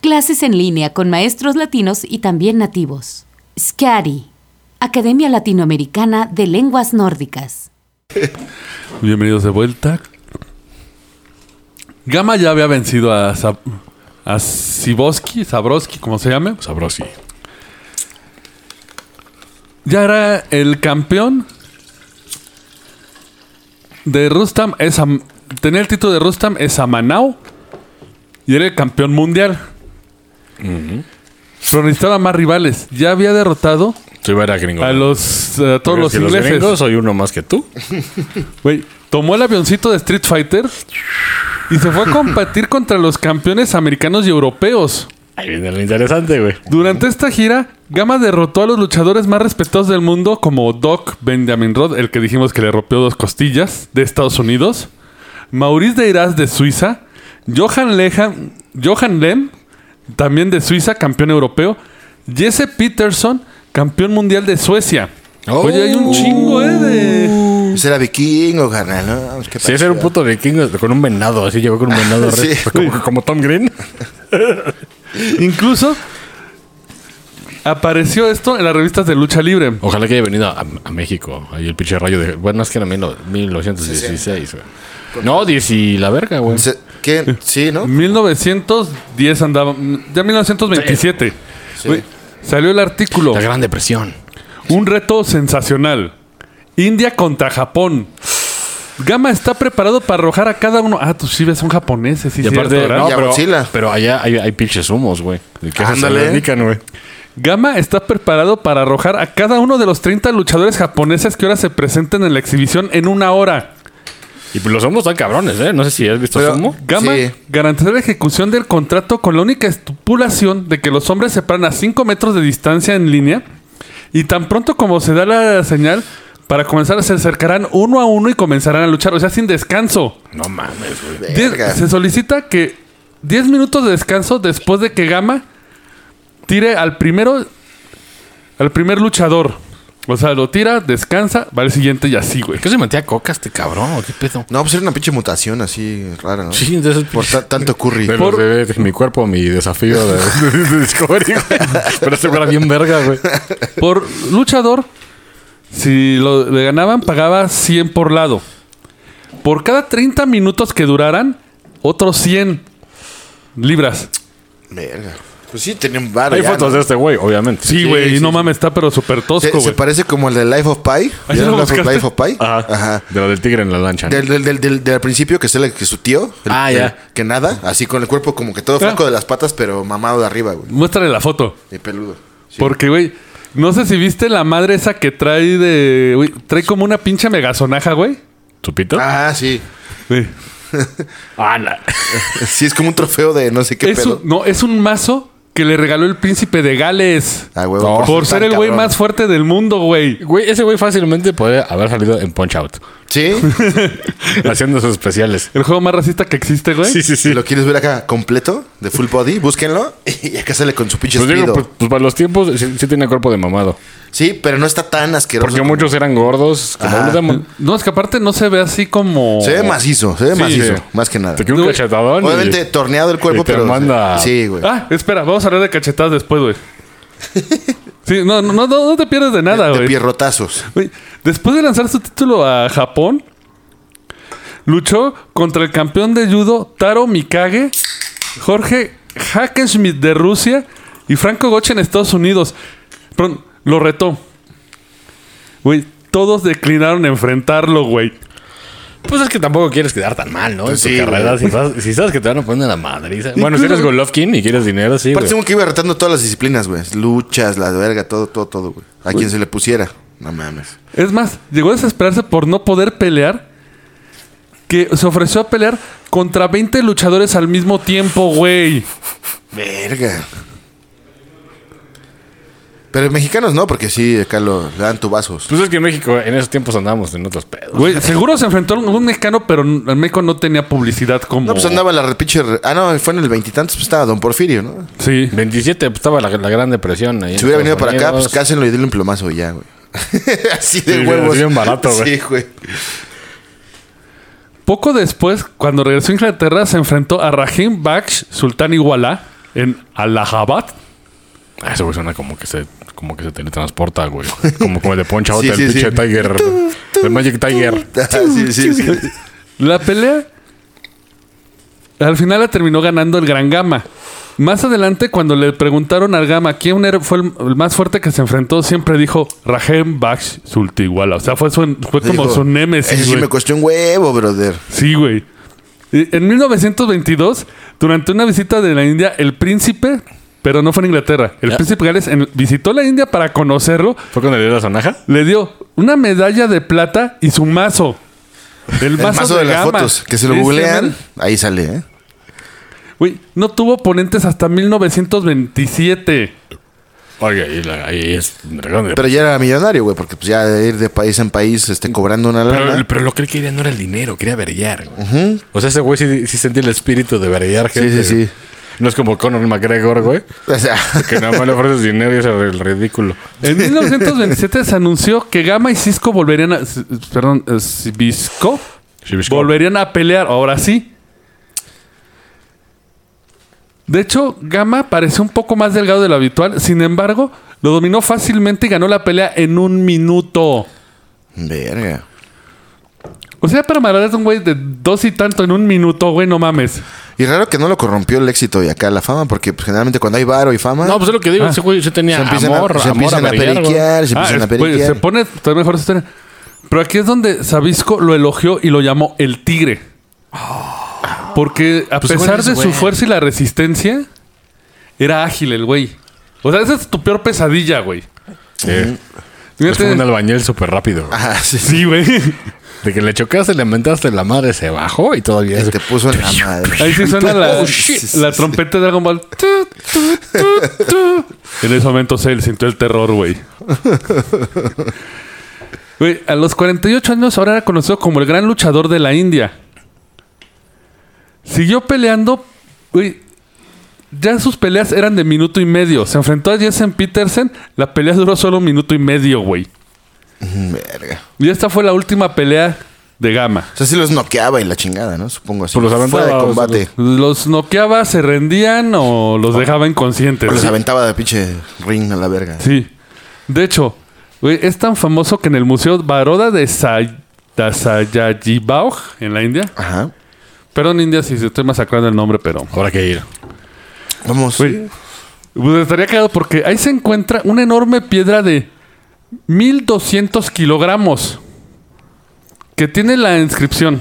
Clases en línea con maestros latinos y también nativos. SCARI, Academia Latinoamericana de Lenguas Nórdicas.
Bienvenidos de vuelta. Gama ya había vencido a, Sab- a Siboski, Sabroski, como se llame.
Sabrosi.
Ya era el campeón de Rustam. Es Am- tenía el título de Rustam Esamanao. Y era el campeón mundial. Pero necesitaba más rivales. Ya había derrotado
Tú iba a ir gringo.
a los a todos
Porque
los
si
ingleses.
gringos soy uno más que tú.
Güey, tomó el avioncito de Street Fighter y se fue a combatir contra los campeones americanos y europeos.
Ahí viene lo interesante, güey.
Durante esta gira, Gama derrotó a los luchadores más respetados del mundo como Doc Benjamin Rod, el que dijimos que le rompió dos costillas, de Estados Unidos, Maurice Deiraz de Suiza, Johan, Lehan- Johan Lem, también de Suiza, campeón europeo, Jesse Peterson, campeón mundial de Suecia.
Oh.
Oye, hay un chingo, ¿eh? De...
Ese era vikingo, carnal. ¿no? Qué
Uh. Sí, ese era un puto vikingo con un venado. Así llegó con un venado.
Sí.
re- como, como Tom Green.
Incluso apareció esto en las revistas de lucha libre.
Ojalá que haya venido a, a México. Ahí el pinche rayo de. Bueno, es que era mil, 1916, güey. No, 10 y la verga, güey.
Se- ¿Qué? Sí, ¿no?
1910 andaba. Ya 1927. Uy, Salió el artículo.
La Gran Depresión.
Un reto sensacional. India contra Japón. Gama está preparado para arrojar a cada uno. Ah, tú sí ves, son japoneses. Sí,
y aparte,
cierto, ¿verdad?
no,
Y a
pero,
Godzilla.
pero allá hay, hay pinches humos, güey. ¿De qué se
Ándale.
dedican, güey?
Gama está preparado para arrojar a cada uno de los 30 luchadores japoneses que ahora se presenten en la exhibición en una hora.
Y pues los humos están cabrones, ¿eh? No sé si has visto
Pero-
sumo.
Gama
Sí.
garantizará la ejecución del contrato con la única estipulación de que los hombres se paran a 5 metros de distancia en línea y tan pronto como se da la señal para comenzar se acercarán uno a uno y comenzarán a luchar, o sea, sin descanso.
No mames, güey.
Diez-
Verga.
se solicita que 10 minutos de descanso después de que Gama tire al primero al primer luchador. O sea, lo tira, descansa, va al siguiente y así, güey.
¿Por qué se metía coca este cabrón? ¿O qué pedo?
No, pues era una pinche mutación así rara, ¿no?
Sí, entonces
Por ta- tanto curry.
De los de- de mi cuerpo, mi desafío de, de Discovery, güey. Pero este güey era bien verga, güey.
Por luchador, si lo, le ganaban, pagaba 100 por lado. Por cada 30 minutos que duraran, otros 100 libras.
Verga. Pues sí, tenía un bar.
Hay
ya,
fotos
¿no?
de este güey, obviamente.
Sí, güey,
sí,
y no
sí.
mames, está pero súper
Se,
tosco,
se
güey.
parece como el de Life of Pi.
¿Ah, sí
¿Vieron
lo
Life of-
buscaste?
Life of Pi?
Ajá. De la del tigre en la lancha. ¿no?
Del, del, del, del, del al principio que es el que su tío. el-
Ah,
el-
ya.
que nada, así con el cuerpo como que todo flaco de las patas, pero mamado de arriba, güey.
Muéstrale la foto.
Y peludo. Sí.
Porque, güey, no sé si viste la madre esa que trae de... güey, trae como una pinche megazonaja, güey.
¿Chupito?
Ah, sí.
Sí.
Ah, la-
Sí, es como un trofeo de no sé qué
Es
pedo.
un- no, es un mazo que le regaló el príncipe de Gales.
Ah, huevo, por
por
ser
ser
tan
el güey
cabrón.
más fuerte del mundo, güey.
Güey, ese güey fácilmente podría haber salido en Punch Out.
Sí.
Haciendo sus especiales.
El juego más racista que existe, güey.
Sí, sí,
Si
sí.
lo quieres ver acá completo, de full body, búsquenlo y acá sale con su pinche
Pues digo,
speedo.
pues, pues para los tiempos sí, sí tenía cuerpo de mamado.
Sí, pero no está tan asqueroso.
Porque
como-
muchos eran gordos. Como
Ajá.
Blue Demon.
No, es que aparte no se ve así como.
Se ve macizo, se ve
Sí,
macizo,
sí.
más que nada.
Te quedó un
No,
cachetadón. y-
Obviamente torneado el cuerpo,
y te
pero.
manda-
Sí, güey.
Ah, espera, vamos a hablar de cachetadas después, güey. Sí, no, no, no, no te pierdes de nada,
de
güey.
pierrotazos.
Güey, Después de lanzar su título a Japón, luchó contra el campeón de judo Taro Mikage, Jorge Hackenschmidt de Rusia y Franco Goche en Estados Unidos. Perdón, lo retó. Güey, todos declinaron enfrentarlo, güey.
Pues es que tampoco quieres quedar tan mal, ¿no? En
Sí,
tu carrera. Si sabes, si sabes que te van a poner la madriza. Bueno, si eres Golovkin y quieres dinero, sí, güey.
Parece como que iba retando todas las disciplinas, güey. Luchas, la verga, todo, todo, todo, güey. A quien se le pusiera. No mames.
Es más, llegó a desesperarse por no poder pelear. Que se ofreció a pelear contra 20 luchadores al mismo tiempo, güey.
Verga. Pero mexicanos no, porque sí, acá lo, le dan tubazos.
Pues es que en México en esos tiempos andábamos en otros pedos.
Güey, seguro se enfrentó a un mexicano, pero en México no tenía publicidad como.
No, pues andaba la repiche. Ah, no, fue en el veintitantos, pues estaba Don Porfirio, ¿no?
Sí.
27 pues, estaba la, la Gran Depresión. Ahí en
Si hubiera venido
Estados
para acá, pues
Unidos.
cásenlo y denle un plomazo y ya, güey. Así de
Sí, bien-
huevos.
bien barato, güey.
Sí, güey.
Poco después, cuando regresó a Inglaterra, se enfrentó a Rahim Baksh Sultan Iguala en Allahabad.
Ah, ese güey suena como que se, como que se teletransporta, güey. Como, como el de Poncha
Sí,
Out, el
sí,
pinche
sí.
Tiger. el Magic Tiger.
Ah, sí, sí, sí.
La pelea al final la terminó ganando el Gran Gama. Más adelante, cuando le preguntaron al Gama quién era- fue el, el más fuerte que se enfrentó, siempre dijo Rahim Baksh Sultan Iguala. O sea, fue, su- fue como
Dijo,
su
Ese
némesis.
sí
güey.
me costó un huevo, brother.
Sí, güey. Eh, En 1922, durante una visita de la India, el príncipe, pero no fue en Inglaterra, el
Ya.
príncipe Gales en- visitó la India para conocerlo,
¿Fue cuando le dio la sonaja?
le dio una medalla de plata y su mazo. El
El
mazo,
mazo de, las fotos, que se lo googlean, ahí sale, ¿eh?
Güey, no tuvo oponentes hasta 1927.
Oye, ahí, la- ahí es la Gran Depresión.
Pero ya era millonario, güey, porque pues ya de ir de país en país este, cobrando una lana.
Pero, pero lo que él quería no era el dinero, quería verguear. güey. O sea, ese güey sí, sí sentía el espíritu de verguear.
Sí,
gente,
sí,
güey.
sí.
No es como Conor McGregor, güey.
o sea,
Que nada más le ofreces dinero y es el ridículo.
En 1927 se anunció que Gama y Cisco volverían a... s- Perdón, eh, Sibisco.
Shibishko.
Volverían a pelear, ahora sí. De hecho, Gama pareció un poco más delgado de lo habitual. Sin embargo, lo dominó fácilmente y ganó la pelea en un minuto.
verga.
O sea, para matar a un güey de dos y tanto en un minuto, güey, no mames.
Y raro que no lo corrompió el éxito y acá la fama, porque pues, generalmente cuando hay varo y fama,
No, pues es lo que digo. Ese güey sí
se
tenía
empiezan
amor,
a, se
amor
empiezan a,
verguear, güey. pues,
periquear, se
Ah,
empiezan a
es- güey, se
periquear.
pone todavía mejor esa historia. Pero aquí es donde Sabisco lo elogió y lo llamó el tigre. Porque a
Pues,
pesar
güey,
de su
güey.
fuerza y la resistencia, era ágil el güey. O sea, esa es tu peor pesadilla, güey.
Sí. Es
Fíjate-
como un albañil súper rápido. güey.
Ajá, sí, sí.
Sí, güey.
De que le chocaste, le mentaste la madre, se bajó y todavía...
Te Este, puso en la madre.
Ahí sí suena la,
Oh, shit.
la trompeta de Dragon Ball. Tu, tu, tu, tu. En ese momento Cell sintió el terror, güey. Güey, a los 48 años ahora era conocido como el gran luchador de la India. Siguió peleando, güey. Ya sus peleas eran de minuto y medio. Se enfrentó a Jensen Petersen. La pelea duró solo un minuto y medio, güey.
Verga.
Y esta fue la última pelea de gama.
O sea, sí los noqueaba y la chingada, ¿no? Supongo así.
Pues los
Fuera de
aventaba, o sea,
combate.
¿Los noqueaba, se rendían o los dejaba inconscientes?
O los aventaba de pinche ring a la verga.
Sí. De hecho, güey, es tan famoso que en el Museo Baroda de Say- de Sayajibaoj, en la India.
Ajá.
Perdón, India, si estoy masacrando el nombre, pero.
Ahora que ir.
Vamos.
Güey, pues estaría quedado porque ahí se encuentra una enorme piedra de 1200 kilogramos que tiene la inscripción.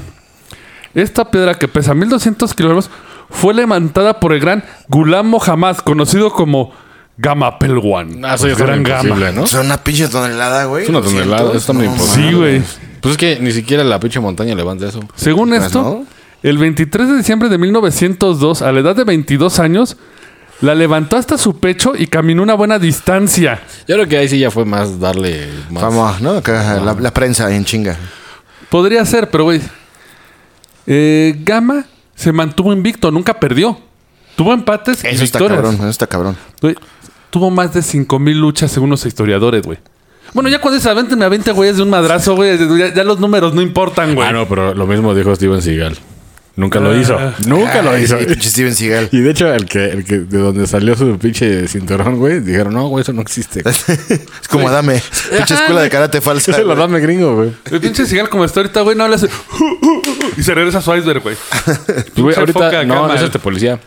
Esta piedra que pesa 1200 kilogramos fue levantada por el gran Gulam Mohammad, conocido como Gama Pelwan. Pues,
Ah, eso ya
el
está imposible, ¿no?
O sea, una pinche tonelada, güey.
Es una tonelada,
200,
está muy
no
imposible.
Sí, güey.
Pues es que ni siquiera la pinche montaña levanta eso.
Según
Pues
esto,
no.
el 23 de diciembre de 1902, a la edad de 22 años, la levantó hasta su pecho y caminó una buena distancia.
Yo creo que ahí sí ya fue más darle más.
Vamos, ¿no? Acá la, la prensa en chinga.
Podría ser, pero güey. eh, Gama se mantuvo invicto, nunca perdió. Tuvo empates y
Eso está
victorias.
cabrón, eso está cabrón.
Güey, tuvo más de 5000 luchas según los historiadores, güey. Bueno, ya cuando dices, avénteme a 20 güeyes de un madrazo, güey, ya, ya los números no importan, güey.
Ah, no, pero lo mismo dijo Steven Seagal. Nunca lo hizo.
Ah.
Nunca lo
Ay,
hizo.
pinche Steven Seagal.
Y de hecho, el que, el que de donde salió su pinche cinturón, güey, dijeron, no, güey, eso no existe. güey".
Es como dame. Pinche escuela de karate falsa.
Eso lo
güey.
dame gringo, güey.
El pinche cigal como está ahorita, güey, no habla así, Y se regresa a su iceberg, güey.
Güey,
Pinche foca
ahorita,
acá,
no,
mal.
eso es de policía.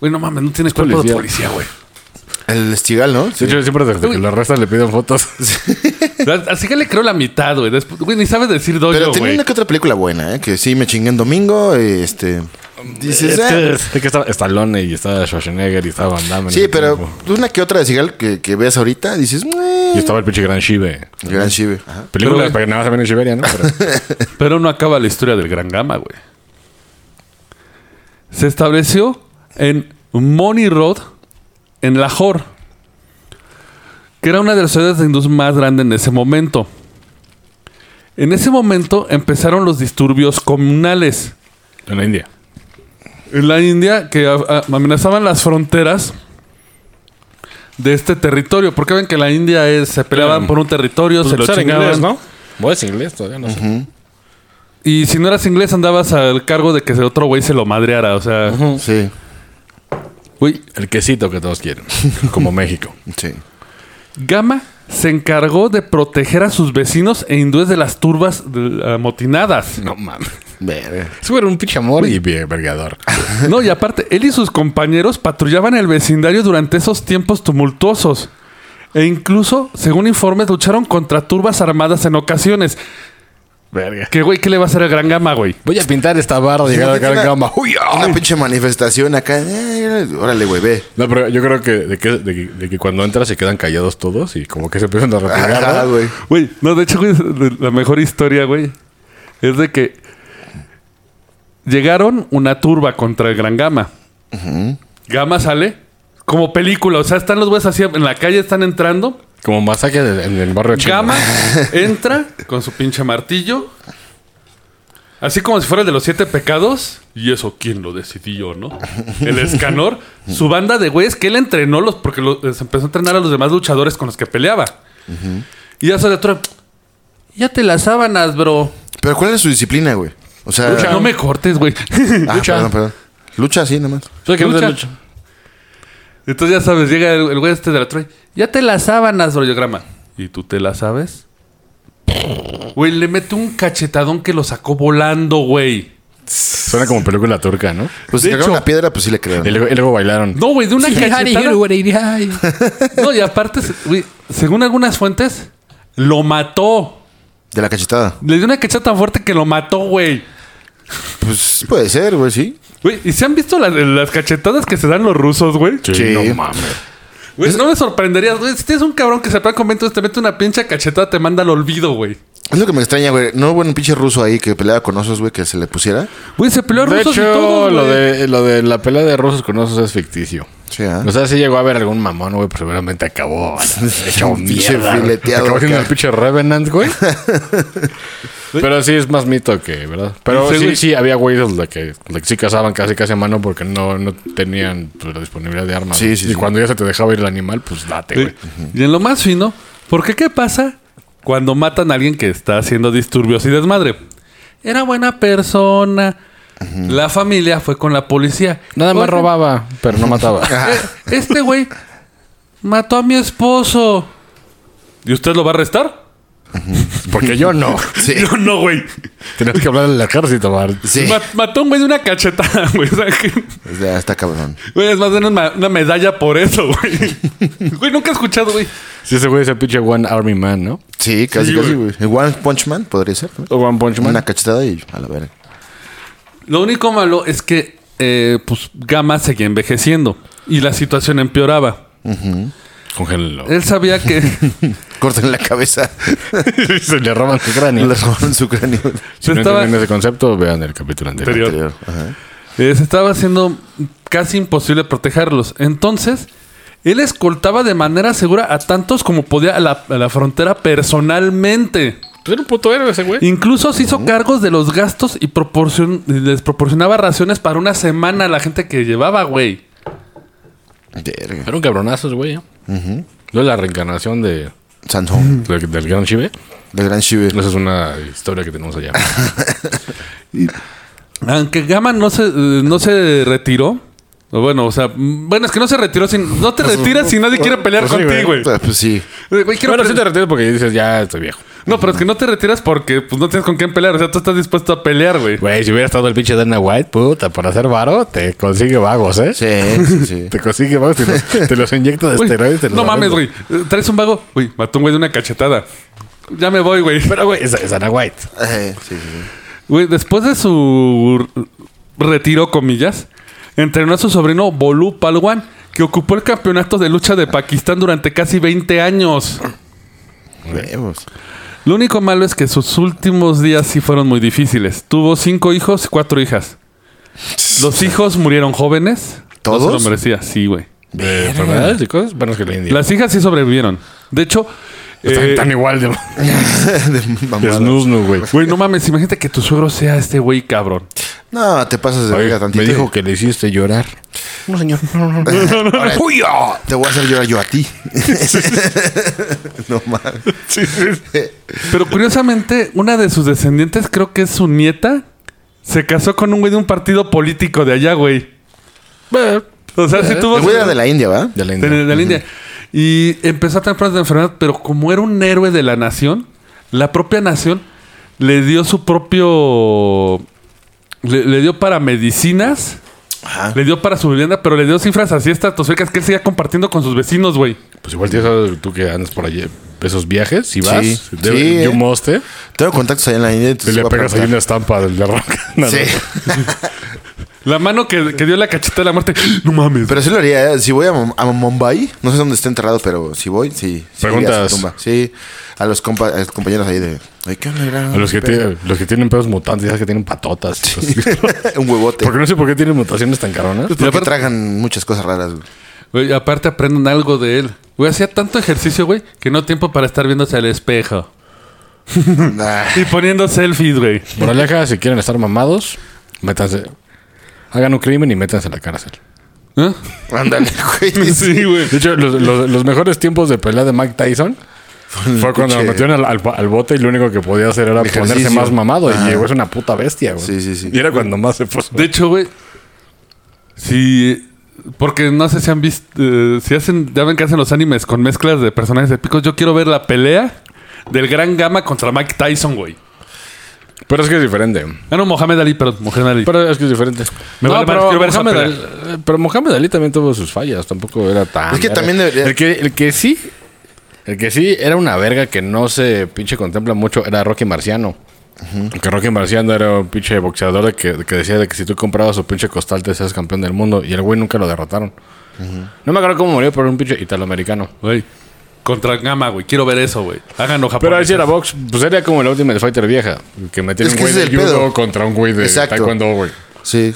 Güey, no mames, no tienes cuerpo de policía,
policía.
güey.
El Seagal, ¿no?
De hecho, siempre desde que lo arrestan le piden fotos.
Así que le creo la mitad, güey. Despu- Güey, ni sabes decir doyo,
Pero tenía
güey.
una que otra película buena, ¿eh? Que sí me chingué en domingo. Este. Dices,
Es
"Ah,
que, Este, es que estaba Stallone y estaba Schwarzenegger y estaba Van Damme. en
Sí,
ese
pero
tiempo.
una que otra de Seagal que, que veas ahorita, dices, "Mue".
Y estaba el pinche Gran Shive.
Gran Shive. Ajá.
Película
Pero,
para que nada más se ven en Siberia, ¿no? Pero-
Pero no acaba la historia del Gran Gama, güey. Se estableció en Money Road, en Lahore, que era una de las ciudades hindúes más grandes en ese momento. En ese momento empezaron los disturbios comunales
en la India.
en la India que a- a- amenazaban las fronteras de este territorio. Porque ven que la India es, se peleaban
Claro.
por un territorio, se lo
Pues, era
chingaban.
inglés, ¿no? Vos es inglés todavía, no sé.
Y si no eras inglés andabas al cargo de que ese otro güey se lo madreara. O sea,
Sí,
güey,
El quesito que todos quieren. Como México.
sí.
Gama se encargó de proteger a sus vecinos e hindúes de las turbas de- amotinadas.
No mames.
Verga.
Eso era un pinche amor y bien vergador.
No, y aparte, él y sus compañeros patrullaban el vecindario durante esos tiempos tumultuosos. E incluso, según informes, lucharon contra turbas armadas en ocasiones.
Verga.
Que, güey, ¿qué le va a hacer el gran gama, güey?
Voy a pintar esta barra de llegar
Imagínate
acá en
una-
cama. ¡Uy, ah!
Una pinche manifestación acá. eh, órale, güey, ve.
No, pero yo creo que de que, de que- de que cuando entras se quedan callados todos y como que se empiezan a retirar.
Ajá,
¿no?
güey.
Güey, no, de hecho, güey, la mejor historia, güey, es de que llegaron una turba contra el Gran Gama. Gama sale como película, o sea, están los güeyes así en la calle, están entrando.
Como masacre de- en el barrio chino.
Gama entra con su pinche martillo. Así como si fuera el de los siete pecados. Y eso, ¿quién lo decidió, no? El escanor. Su banda de güeyes que él entrenó los, porque los, les empezó a entrenar a los demás luchadores con los que peleaba. Y ya se le atreve, Ya te las sábanas, bro.
Pero ¿cuál es su disciplina, güey? O sea,
No me cortes, güey.
ah,
lucha.
perdón, perdón. Lucha así nomás.
Soy que no
Lucha.
te lucha.
Entonces ya sabes, llega el el güey este de la Troy. Ya te las sábanas, grama ¿Y tú te la sabes? Güey, le mete un cachetadón que lo sacó volando, güey.
Suena como película turca, ¿no?
Pues si
De
le agarran
hecho-
la piedra, pues sí le creo. ¿no?
Y luego, y luego bailaron.
No, güey, de una cachetada. No, y aparte, se- güey, según algunas fuentes, lo mató.
De la cachetada.
Le dio una cachetada tan fuerte que lo mató, güey.
Pues puede ser, güey, sí.
Güey, ¿y se han visto las, las cachetadas que se dan los rusos, güey?
Sí,
Sí.
no mames.
Güey, no me sorprenderías, güey. Si tienes un cabrón que se pega con ventos, te mete una pinche cachetada, te manda al olvido, güey.
Es lo que me extraña, güey. No hubo un pinche ruso ahí que peleaba con osos, güey, que se le pusiera.
Güey, se peleó
De
rusos y
hecho,
todo,
lo, de, lo de la pelea de rusos con osos es ficticio.
Sí, ¿ah?
O sea, si llegó a haber algún mamón, güey, pero seguramente acabó hecho
Pinche
mierda. güey.
fileteado
Acabó siendo
acá.
el pinche Revenant, güey. pero sí es más mito que, ¿verdad? Pero
Sí,
sí,
güey.
sí, había güeyes de que, de que sí cazaban casi casi a mano porque no, no tenían pues, la disponibilidad de armas.
Sí,
güey.
sí,
y
sí.
cuando ya se te dejaba ir el animal, pues date,
Sí.
güey.
Y en lo más fino, porque qué pasa cuando matan a alguien que está haciendo disturbios y desmadre? Era buena persona. La familia fue con la policía.
Nada más
Oigan,
robaba, pero no mataba.
eh, este güey mató a mi esposo. ¿Y usted lo va a arrestar?
porque yo no.
Sí.
Yo no, güey.
Tenías que hablar al ejército, Bart.
Sí.
Ma- mató a un güey de una cachetada, güey. O sea, que-
O sea, Está cabrón.
güey, es más de una, ma- una medalla por eso, güey. Güey, nunca he escuchado, güey.
Sí, ese güey es el pinche One Army Man, ¿no?
Sí, casi,
Sí,
casi, güey. El One Punch Man podría ser. güey.
O One Punch Man.
Una cachetada y a la verga.
Lo único malo es que eh, pues Gama seguía envejeciendo y la situación empeoraba.
Congélenlo.
Eh.
Él sabía que
Corten la cabeza.
se le roban su cráneo.
Le roban su cráneo.
Si no
Estaba-
entienden ese concepto, vean el capítulo anterior.
Anterior.
Anterior. Ajá.
eh, se estaba haciendo casi imposible protegerlos. Entonces, él escoltaba de manera segura a tantos como podía a la, a la frontera personalmente.
Pues era un puto héroe ese güey.
Incluso se hizo cargos de los gastos y proporcion- les proporcionaba raciones para una semana a la gente que llevaba, güey.
Verga.
Fueron cabronazos, güey. ¿eh? No es la reencarnación de,
Sansón,
del- del gran Chive.
del gran Shiver.
Esa es una historia que tenemos allá.
Aunque Gama no se, eh, no se retiró. o Bueno, o sea, mm, bueno, es que no se retiró. sin- no te retiras si nadie quiere pelear
Pues sí,
contigo, güey.
Pues, pues sí.
Eh, güey, quiero
bueno, sí
pelear-
te retiras porque dices, ya estoy viejo.
No, pero es que no te retiras porque pues, no tienes con quién pelear. O sea, tú estás dispuesto a pelear, güey.
Güey, si hubiera estado el pinche Dana White, puta, por hacer varo, te consigue vagos, ¿eh?
Sí, sí, sí.
Te consigue vagos, te los, te los inyecta de
Güey,
esteroides. te los
no mames,
arregla.
güey. Eh, Traes un vago. Uy, mató un güey de una cachetada. Ya me voy, güey.
Pero, güey, es, es Dana White.
Eh, sí, sí, sí.
Güey, después de su r- retiro, comillas, entrenó a su sobrino Bolu Palwan, que ocupó el campeonato de lucha de Pakistán durante casi 20 años.
Huevos.
Lo único malo es que sus últimos días sí fueron muy difíciles. Tuvo cinco hijos y cuatro hijas. Los hijos murieron jóvenes. No
¿Todos?
se lo merecía, sí, güey.
De enfermedades y cosas. Bueno, es que la India.
Las hijas sí sobrevivieron. De hecho,
Están
eh,
tan igual de,
De
de
mamadas.
snusnu, güey.
güey, no mames, imagínate que tu suegro sea este güey cabrón.
No, te pasas de verga
Oiga,
tantito.
me dijo que le hiciste llorar. No, señor. No, no, no. ah.
Ahora, Te voy a hacer llorar yo a ti. no mames.
Pero curiosamente, una de sus descendientes, creo que es su nieta, se casó con un güey de un partido político de allá, güey. O sea, sí tuvo...
El güey era de la India, ¿va?
De la
de-
India.
de la India. Y empezó a tener problemas de enfermedad, pero como era un héroe de la nación, la propia nación le dio su propio... Le, le dio para medicinas,
Ajá.
le dio para su vivienda, pero le dio cifras así estratosféricas que él seguía compartiendo con sus vecinos, güey.
Pues igual tienes algo tú que andas por allí. Esos viajes, si vas,
Sí,
de,
sí,
you
eh.
must, eh,
Tengo contactos ahí en la India.
y
entonces
le
voy a
pegas ahí una
preguntar.
estampa del de rock. No, no.
Sí.
La mano que, que dio la cacheta de la muerte. No mames.
Pero sí lo haría. ¿eh? Si voy a, Mom- a Mumbai, no sé dónde está enterrado, pero si voy, sí. sí iría a
Preguntas.
su tumba. Sí, a los, compa- a los compañeros ahí de... Ay, ¿qué onda, gran?
A los que,
¿Qué pedo?
tienen, los que tienen pedos mutantes, ya que tienen patotas.
Un huevote.
Porque no sé por qué tienen mutaciones tan caronas.
Pues
Y
porque
aparte-
tragan muchas cosas raras. güey.
Güey, aparte aprendan algo de él. Güey, hacía tanto ejercicio, güey, que no hay tiempo para estar viéndose al espejo.
Hmm.
Nah.
Y poniendo selfies, güey.
Moraleja, si quieren estar mamados, métanse. Hagan un crimen y métanse a la cárcel.
¿Eh?
Ándale, güey.
Sí, güey.
De hecho, los, los- los mejores tiempos de pelea de Mike Tyson fue cuando lo
pinche-
metieron al, al- al bote y lo único que podía hacer era
Ejercicio.
ponerse más mamado.
Ah.
Y llegó, es una puta bestia, güey.
Sí, sí, sí.
Y era cuando más se puso.
De hecho, güey, si... Porque no sé si han visto... eh, si hacen... Ya ven que hacen los animes con mezclas de personajes épicos. Yo quiero ver la pelea del Gran Gama contra Mike Tyson, güey.
Pero es que es diferente.
Ah, no, Mohamed Ali, perdón. Mohamed Ali.
Pero es que es diferente.
Me vale más, quiero ver esa
Mohamed
pelea.
Ali- eh, pero Mohamed Ali también tuvo sus fallas. Tampoco era tan.
Es que
verga.
también debería-
El que, el que sí. El que sí era una verga que no se pinche contempla mucho era Rocky Marciano. Que Rocky Marciano era un pinche boxeador de que, que decía de que si tú comprabas su pinche costal te seas campeón del mundo. Y el güey nunca lo derrotaron. No me acuerdo cómo murió, pero era un pinche italoamericano.
Güey. Contra Gama, güey. Quiero ver eso, güey. Háganlo, Japón.
Pero ahí sí era box, pues era como la Ultimate Fighter vieja. Que metía
Es
un
que
güey
ese
de
es el
judo
pedo.
contra un güey de
Exacto.
taekwondo, güey.
Sí.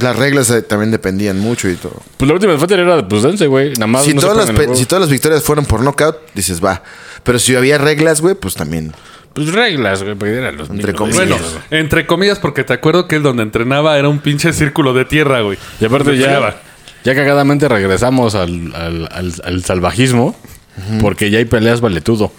Las reglas eh, también dependían mucho y todo.
Pues la Ultimate Fighter era, pues dense, güey. Nada más
Si,
no se
todas las
ponen los
pe-
huevos.
si todas las victorias fueron por knockout, dices, va. Pero si había reglas, güey, pues también.
Pues reglas, güey, porque eran los
Entre
1900,
Bueno,
comillas.
güey.
entre comillas, porque te acuerdo que él donde entrenaba era un pinche círculo de tierra, güey.
Y aparte
Donde
ya,
peleaba.
ya cagadamente regresamos al, al, al- al salvajismo, porque ya hay peleas valetudo.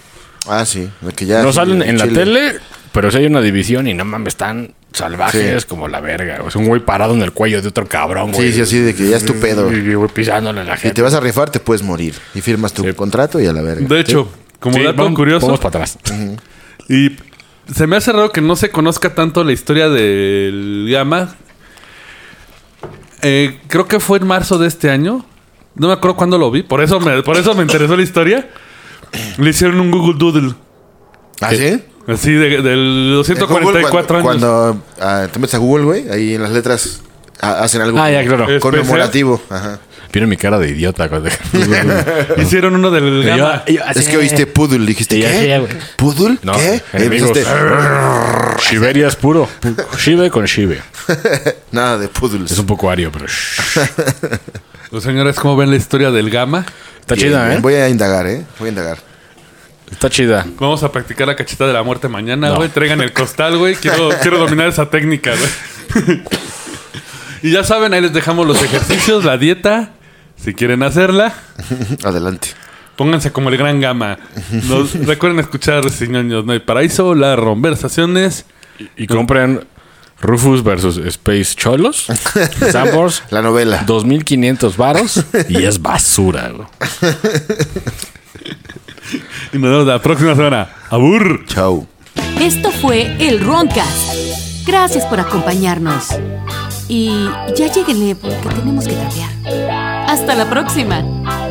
Ah, sí. de que ya-
No salen en la
Chile.
tele, pero si hay una división y no mames, están salvajes
Sí.
como la verga. güey. Es un güey parado en el cuello de otro cabrón, güey.
Sí, sí, así de que ya es tu pedo.
Y güey pisándole a la
Y te
gente.
vas a rifar, te puedes morir. Y firmas tu
Sí.
contrato y a la verga.
De hecho, como
Sí,
dato
vamos-
curioso,
Vamos para atrás.
y se me hace raro que no se conozca tanto la historia del Gama. Eh, creo que fue en marzo de este año. No me acuerdo cuándo lo vi, por eso me, por eso me interesó la historia. Le hicieron un Google Doodle.
¿Ah, sí?
Así de, del
En Google,
244 años.
cuando, años. Cuando ah, te metes a Google, güey, ahí en las letras ah, hacen algo
Ah, ya,
como
claro.
conmemorativo. Ajá.
Vieron mi cara de idiota. cuando-
Hicieron uno del
Yo-
Gama.
yo así-
Es que oíste Pudul, dijiste,
Sí, ya, sí, ya,
¿qué?
güey.
¿Pudul?
No,
¿Qué? Y
enemigos.
dijiste,
Shiberia es puro. Shive con Shive.
Nada de Pudul.
Es un poco ario, pero...
Los señores, ¿cómo ven la historia del Gama?
Está chida, ¿eh?
Voy a indagar, ¿eh? Voy a indagar.
Está chida.
Vamos a practicar la cacheta de la muerte mañana,
No.
güey. Traigan el costal, güey. Quiero, quiero dominar esa técnica, güey. y ya saben, ahí les dejamos los ejercicios, la dieta, Si quieren hacerla,
Adelante.
pónganse como el gran gama. Nos, recuerden escuchar Señores No hay Paraíso, las conversaciones.
Y compren Rufus versus Space Cholos, Sambors,
La novela.
2500 varos y es basura, güey.
Y nos vemos la próxima semana. ¡Abur!
Chau.
Esto fue el Roncast. Gracias por acompañarnos. Y ya lleguenle porque tenemos que cambiar. Hasta la próxima.